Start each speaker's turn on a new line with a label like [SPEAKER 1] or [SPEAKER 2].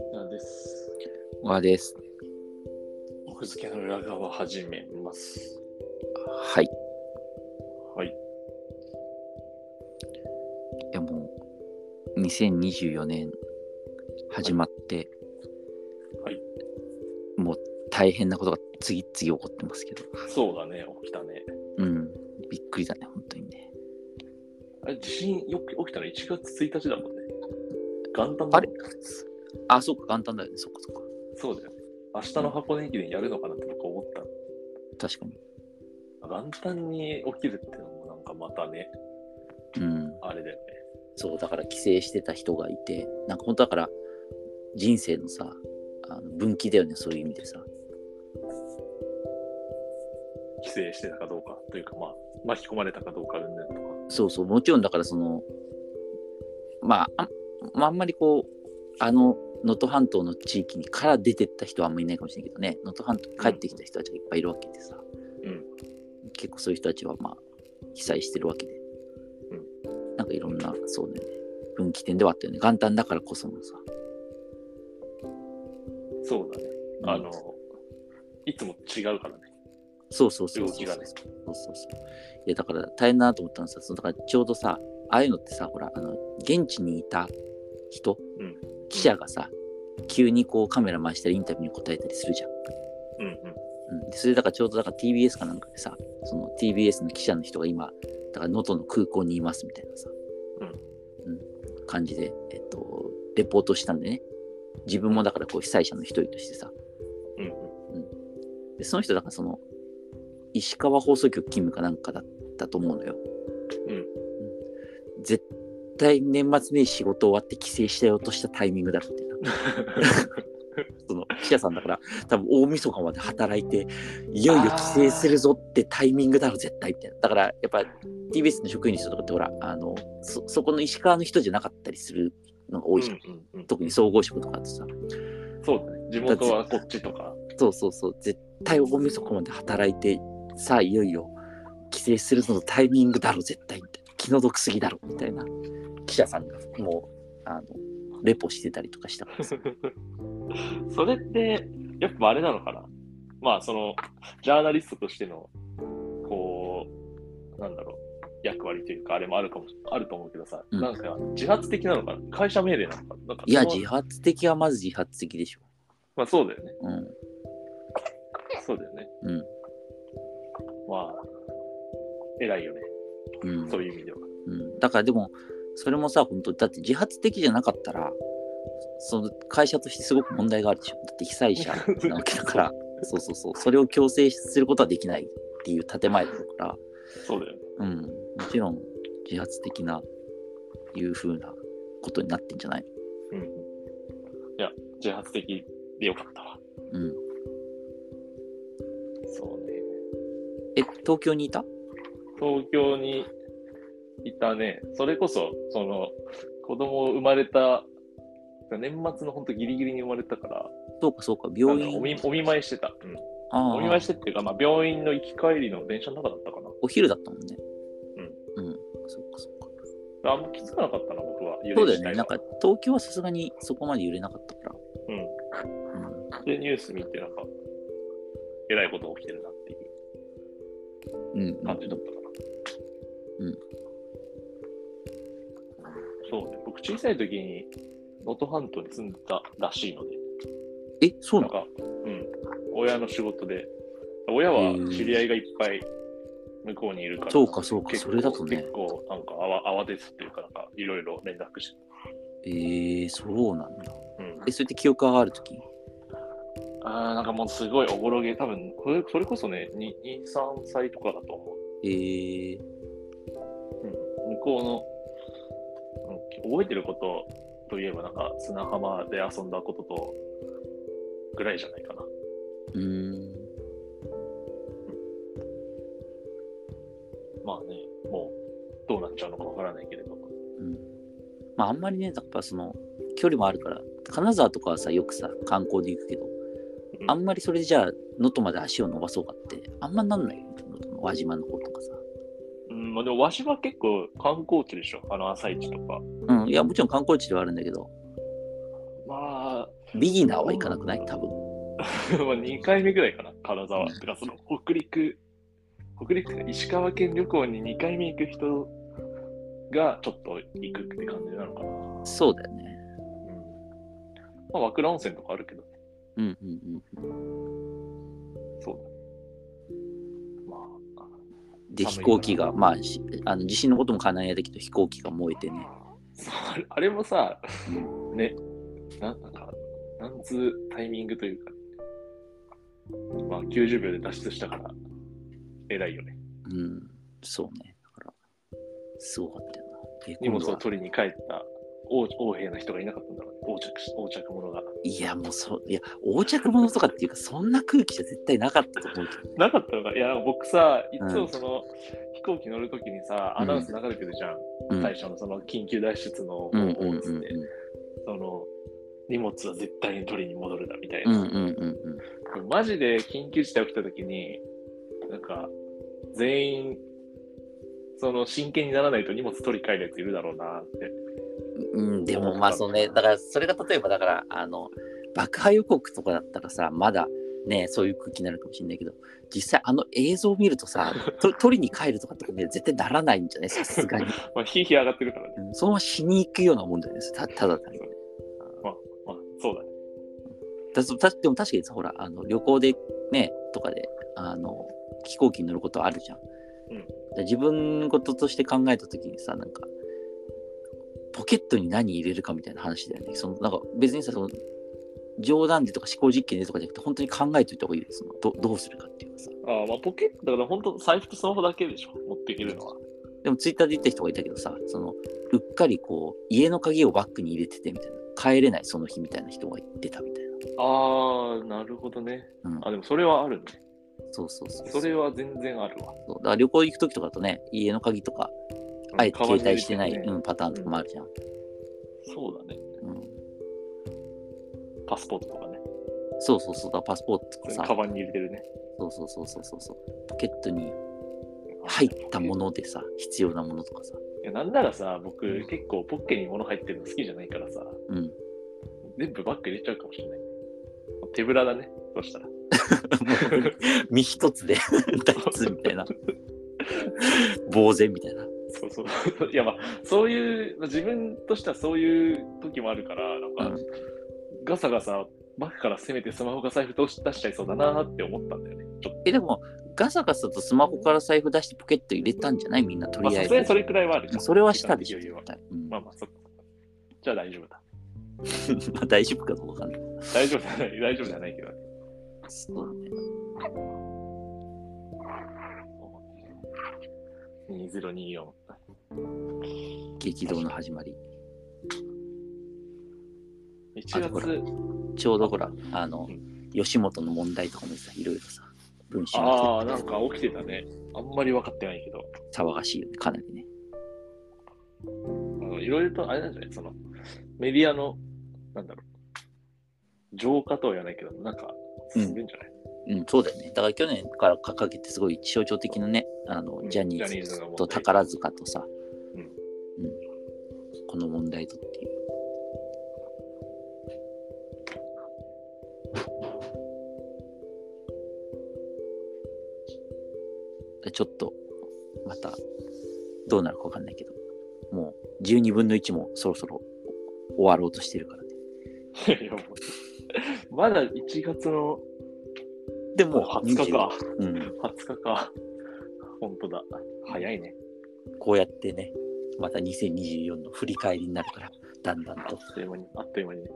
[SPEAKER 1] みんなです。
[SPEAKER 2] わです。
[SPEAKER 1] 奥付けの裏側始めます。
[SPEAKER 2] はい。い
[SPEAKER 1] はい。
[SPEAKER 2] やもう、2024年始まって、
[SPEAKER 1] はいはい
[SPEAKER 2] もう大変なことが次々起こってますけど。
[SPEAKER 1] そうだね、起きたね。
[SPEAKER 2] うん。びっくりだね、本当にね。
[SPEAKER 1] あれ、地震よく起きたの1月1日だもんね。元旦
[SPEAKER 2] あれあ、そうか、簡単だよね。そっかそっか。
[SPEAKER 1] そうだよね。明日の箱根駅伝やるのかなって僕思っ
[SPEAKER 2] 確かに。
[SPEAKER 1] た。元旦に起きるってのもなんかまたね、
[SPEAKER 2] うん。
[SPEAKER 1] あれだよね。
[SPEAKER 2] そう、だから帰省してた人がいて、なんか本当だから、人生のさ、あの分岐だよね、そういう意味でさ。
[SPEAKER 1] 帰省してたかどうかというか、まあ、巻き込まれたかどうかうんぬんとか。
[SPEAKER 2] そうそう、もちろんだからその、まあ、あんまあ、あんまりこう、あの、能登半島の地域にから出てった人はあんまりいないかもしれないけどね、能登半島に帰ってきた人たちがいっぱいいるわけでさ、
[SPEAKER 1] うん
[SPEAKER 2] 結構そういう人たちはまあ、被災してるわけで、
[SPEAKER 1] う
[SPEAKER 2] なんかいろんな、そうだよね、分岐点ではあったよね、元旦だからこそのさ、
[SPEAKER 1] そうだね。
[SPEAKER 2] うん
[SPEAKER 1] あの、いつも違うからね。
[SPEAKER 2] そうそうそう
[SPEAKER 1] 動
[SPEAKER 2] そう
[SPEAKER 1] き
[SPEAKER 2] そ
[SPEAKER 1] が
[SPEAKER 2] う
[SPEAKER 1] ね。
[SPEAKER 2] そうそうそういやだから大変だなと思ったのさそのだからちょうどさああいうのってさほらあの現地にいた人、
[SPEAKER 1] うん
[SPEAKER 2] 記者がさ急にこうカメラ回したりインタビューに答えたりするじゃん、
[SPEAKER 1] うんうん。
[SPEAKER 2] うん、でそれだからちょうどだから TBS かなんかでさその TBS の記者の人が今だから能登の空港にいますみたいなさ、うん感じで、えっと、レポートしたんでね自分もだからこう被災者の一人としてさ
[SPEAKER 1] うんうん。
[SPEAKER 2] でその人だからその石川放送局勤務かなんかだったと思うのよ。
[SPEAKER 1] うん
[SPEAKER 2] うん絶対年末に仕事終わって帰省したようとしたタイミングだろ うってなその記者さんだから多分大晦日まで働いていよいよ帰省するぞってタイミングだろ絶対みたいなだからやっぱ TBS の職員の人とかってほらあのそそこの石川の人じゃなかったりするのが多いじゃん、
[SPEAKER 1] うんうんうん
[SPEAKER 2] 特に総合職とかってさ
[SPEAKER 1] そうだね。地元はこっちとか。
[SPEAKER 2] そうそうそう、絶対大晦日まで働いて、さあ、いよいよ帰省するののタイミングだろ、絶対みたいな。気の毒すぎだろ、みたいな記者さんが、もう、あの、レポしてたりとかしたからさ。
[SPEAKER 1] それって、やっぱあれなのかなまあ、その、ジャーナリストとしての、こう、なんだろう、役割というか、あれもあるかもしあると思うけどさ、
[SPEAKER 2] うん
[SPEAKER 1] なんか、自発的なのかな会社命令なのかななんか
[SPEAKER 2] いや、
[SPEAKER 1] その
[SPEAKER 2] 自発的はまず自発的でしょ。
[SPEAKER 1] まあ、そうだよね。
[SPEAKER 2] うん。
[SPEAKER 1] そうだよね。
[SPEAKER 2] うん。
[SPEAKER 1] まあ、偉いよね。
[SPEAKER 2] うん
[SPEAKER 1] そういう意味では。
[SPEAKER 2] うん、だからでもそれもさ本当だって自発的じゃなかったらその会社としてすごく問題があるでしょだって被災者なわけだからそうそうそうそれを強制することはできないっていう建前だから
[SPEAKER 1] そうだよね。
[SPEAKER 2] うんもちろん自発的ないう風なことになってんじゃない
[SPEAKER 1] うんうん。いや、自発的でよかったわ。
[SPEAKER 2] うん
[SPEAKER 1] そうね。
[SPEAKER 2] え東京にいた
[SPEAKER 1] 東京にいたね、それこそ、その、子供生まれた、年末の本当ギリギリに生まれたから、
[SPEAKER 2] そうかそうか
[SPEAKER 1] な
[SPEAKER 2] 病
[SPEAKER 1] んだろうお
[SPEAKER 2] 院
[SPEAKER 1] 見お見舞いしてた、うん
[SPEAKER 2] ああ
[SPEAKER 1] お見舞いしてっていうか、まあ、病院の行き帰りの電車の中だったかな。
[SPEAKER 2] お昼だったもんねうん、そっかそっか
[SPEAKER 1] あんま気づかなかったな、僕は。揺れ
[SPEAKER 2] そうだよ
[SPEAKER 1] 自体
[SPEAKER 2] ね
[SPEAKER 1] は
[SPEAKER 2] なんか東京はさすがにそこまで揺れなかったからうん
[SPEAKER 1] うん。で、ニュース見て、なんか、えらいこと起きてるなっていう
[SPEAKER 2] うん、
[SPEAKER 1] 感じだったかな。
[SPEAKER 2] うん。
[SPEAKER 1] そうね、僕、小さい時に、能登半島に住んでたらしいので、
[SPEAKER 2] え、そう
[SPEAKER 1] な
[SPEAKER 2] なんの
[SPEAKER 1] か、うん、親の仕事で、親は知り合いがいっぱい向こうにいるから、
[SPEAKER 2] そうか、そうか、
[SPEAKER 1] 結構
[SPEAKER 2] それだとね
[SPEAKER 1] 結。構、なんか、あわ慌てずっていうか、なんか、いろいろ連絡して、
[SPEAKER 2] えー、そうなんだ。
[SPEAKER 1] うん、
[SPEAKER 2] え、それって記憶があるとき
[SPEAKER 1] あーなんかもうすごいおぼろげ、多分これそれこそね、2、2 3歳とかだと思
[SPEAKER 2] えー、
[SPEAKER 1] う。うん、向こうの、うん、覚えてることといえば、なんか、砂浜で遊んだことと、ぐらいじゃないかな。
[SPEAKER 2] うーん。
[SPEAKER 1] まあね、もう、どうなっちゃうのかわからないけれど。
[SPEAKER 2] うんまあ、あんまりね、やっぱその、距離もあるから、金沢とかはさ、よくさ、観光で行くけど、
[SPEAKER 1] うん
[SPEAKER 2] あんまりそれじゃあ、能登まで足を伸ばそうかって、あんまなんないよ、能登の輪島の方とかさ。
[SPEAKER 1] うん、うん、まあでも、わしは結構観光地でしょ、あの朝市とか。
[SPEAKER 2] うん、いや、もちろん観光地ではあるんだけど、
[SPEAKER 1] まあ、
[SPEAKER 2] ビギナーは行かなくない多分。
[SPEAKER 1] まあ2回目ぐらいかな、金沢。てか、その北陸、北陸、石川県旅行に2回目行く人がちょっと行くって感じなのかな。うん
[SPEAKER 2] そうだよね。
[SPEAKER 1] まあ、和倉温泉とかあるけど、
[SPEAKER 2] うんうんうん。
[SPEAKER 1] そうだね。まあ、
[SPEAKER 2] で、
[SPEAKER 1] 寒い
[SPEAKER 2] 飛行機が、まあ、しあの地震のことも考えないだけど、飛行機が燃えてね。
[SPEAKER 1] そうあれあれもさ、ね、ななんか、なんつうタイミングというか、まあ90秒で脱出したから、偉いよね。
[SPEAKER 2] うん、そうね。だから、すごかったよな。え
[SPEAKER 1] 荷
[SPEAKER 2] 今
[SPEAKER 1] 物
[SPEAKER 2] 度
[SPEAKER 1] を
[SPEAKER 2] は
[SPEAKER 1] 取りに帰った王王兵の人がいなかったんだろうね。横着し、横着者が。
[SPEAKER 2] いや、もうそう、いや、横着物とかっていうか、そんな空気じゃ絶対なかったと思うけどね。
[SPEAKER 1] なかったのかいや、なんか僕さ、いつもその、飛行機乗るときにさ、アナウンス流れてるじゃん。
[SPEAKER 2] うん
[SPEAKER 1] 最初のその緊急脱出の方
[SPEAKER 2] うん
[SPEAKER 1] 法
[SPEAKER 2] うん
[SPEAKER 1] っつ
[SPEAKER 2] う
[SPEAKER 1] っ
[SPEAKER 2] ん
[SPEAKER 1] て、その、荷物は絶対に取りに戻るなみたい
[SPEAKER 2] うん
[SPEAKER 1] な。
[SPEAKER 2] うんうんうん
[SPEAKER 1] マジで緊急事態起きたときに、なんか、全員、その真剣にならないと荷物取り替えるやついるだろうなって。
[SPEAKER 2] うんうんでもまあそうねだからそれが例えばだからあの爆破予告とかだったらさまだねそういう空気になるかもしれないけど実際あの映像を見ると さと取りに帰るとかってことには絶対ならないんじゃないさすが に、
[SPEAKER 1] まあ、ひいひい上がってるからね。
[SPEAKER 2] うんそのまま死に行くようなもんだよねたただ単に
[SPEAKER 1] まあ、そうだね。
[SPEAKER 2] だそうたでも確かにさほらあの旅行でねとかであの飛行機に乗ることあるじゃん、
[SPEAKER 1] うん
[SPEAKER 2] だから自分事として考えた時にさなんかポケットに何入れるかみたいな話だよねそのなんか別にさその冗談でとか思考実験でとかじゃなくて本当に考えておいた方がいいよそのどどうするかっていうかさ
[SPEAKER 1] ああまあ、ポケット、だから本当財布とスマホだけでしょ、持っていけるのは。
[SPEAKER 2] でもツイッターで言った人がいたけどさそのうっかりこう家の鍵をバッグに入れててみたいな帰れないその日みたいな人が言ってたみたい
[SPEAKER 1] ああ、なるほどね。
[SPEAKER 2] な、うん、
[SPEAKER 1] あ、でもそれはあるね。
[SPEAKER 2] そうそうそう
[SPEAKER 1] それは全然あるわ。
[SPEAKER 2] そうだから旅行行く時とかだとね家の鍵とか
[SPEAKER 1] うん
[SPEAKER 2] あえて携
[SPEAKER 1] カバン
[SPEAKER 2] 帯
[SPEAKER 1] に入れ
[SPEAKER 2] してない、
[SPEAKER 1] ね
[SPEAKER 2] うん、パターンとかもあるじゃん。
[SPEAKER 1] そうだね。
[SPEAKER 2] うん、
[SPEAKER 1] パスポートとかね。
[SPEAKER 2] そうそうそう、だからパスポートとかさ、
[SPEAKER 1] カバンに入れてるね。
[SPEAKER 2] そうそうそうそうそうそう、ポケットに入ったものでさ、必要なものとかさ、
[SPEAKER 1] いやなんならさ、僕、結構ポッケに物入ってるの好きじゃないからさ、
[SPEAKER 2] うん。 も
[SPEAKER 1] 全部バッグ入れちゃうかもしれない。手ぶらだね、そ したら。
[SPEAKER 2] う身一つで 脱出みた いな、呆然みたいな。
[SPEAKER 1] そう そう。いや、まあ、そういう、まあ自分としてはそういう時もあるから、なんか、
[SPEAKER 2] うん
[SPEAKER 1] ガサガサ、バッグから攻めてスマホが財布とし出しちゃいそうだなって思ったんだよね。ちょっと。
[SPEAKER 2] え、でも、ガサガサとスマホから財布出してポケット入れたんじゃないみんなと
[SPEAKER 1] まあ、
[SPEAKER 2] りあ
[SPEAKER 1] さ
[SPEAKER 2] え
[SPEAKER 1] すが
[SPEAKER 2] ず
[SPEAKER 1] に。それくらいはあるか
[SPEAKER 2] それはしたでしょ、
[SPEAKER 1] 時間
[SPEAKER 2] 絶
[SPEAKER 1] 的
[SPEAKER 2] 対。うん
[SPEAKER 1] 余裕はまあまあ、そっか。じゃあ大丈夫だ。
[SPEAKER 2] まあ大丈夫かどうかわかんない。
[SPEAKER 1] 大丈夫じゃない、大丈夫じゃないけど。
[SPEAKER 2] そうだね。
[SPEAKER 1] 2024。
[SPEAKER 2] 激動の始まり。
[SPEAKER 1] 1
[SPEAKER 2] あとこれ
[SPEAKER 1] 月、
[SPEAKER 2] ちょうどほら、あの
[SPEAKER 1] う、
[SPEAKER 2] 吉本の問題とかもさ、いろいろさ、文春
[SPEAKER 1] ああ、
[SPEAKER 2] が
[SPEAKER 1] なんか起きてたね。あんまり分かってないけど。
[SPEAKER 2] 騒がしいよね、かなりね。
[SPEAKER 1] あのいろいろと、あれなんじゃないその、メディアの、なんだろう。浄化とは言わないけど、なんか、進んでんじゃない、
[SPEAKER 2] うん、そうだよね。だから去年から掲げて、すごい象徴的なね、あの
[SPEAKER 1] う、ん
[SPEAKER 2] ジャニ
[SPEAKER 1] ジャニー
[SPEAKER 2] ー
[SPEAKER 1] ズの
[SPEAKER 2] ズ
[SPEAKER 1] 問
[SPEAKER 2] と
[SPEAKER 1] 題
[SPEAKER 2] 宝塚とさ、
[SPEAKER 1] うん
[SPEAKER 2] うんこの問題とっていう。ちょっと、また、どうなるかわかんないけど、もう、12分の1もそろそろ終わろうとしてるからね。
[SPEAKER 1] いやもう まだ1月の
[SPEAKER 2] でも、
[SPEAKER 1] 20日か。
[SPEAKER 2] 25うん。
[SPEAKER 1] 20日か。本当だ。早いね。
[SPEAKER 2] こうやってね、また2024の振り返りになるから、だんだんと。
[SPEAKER 1] あっという間に、あっという間にね。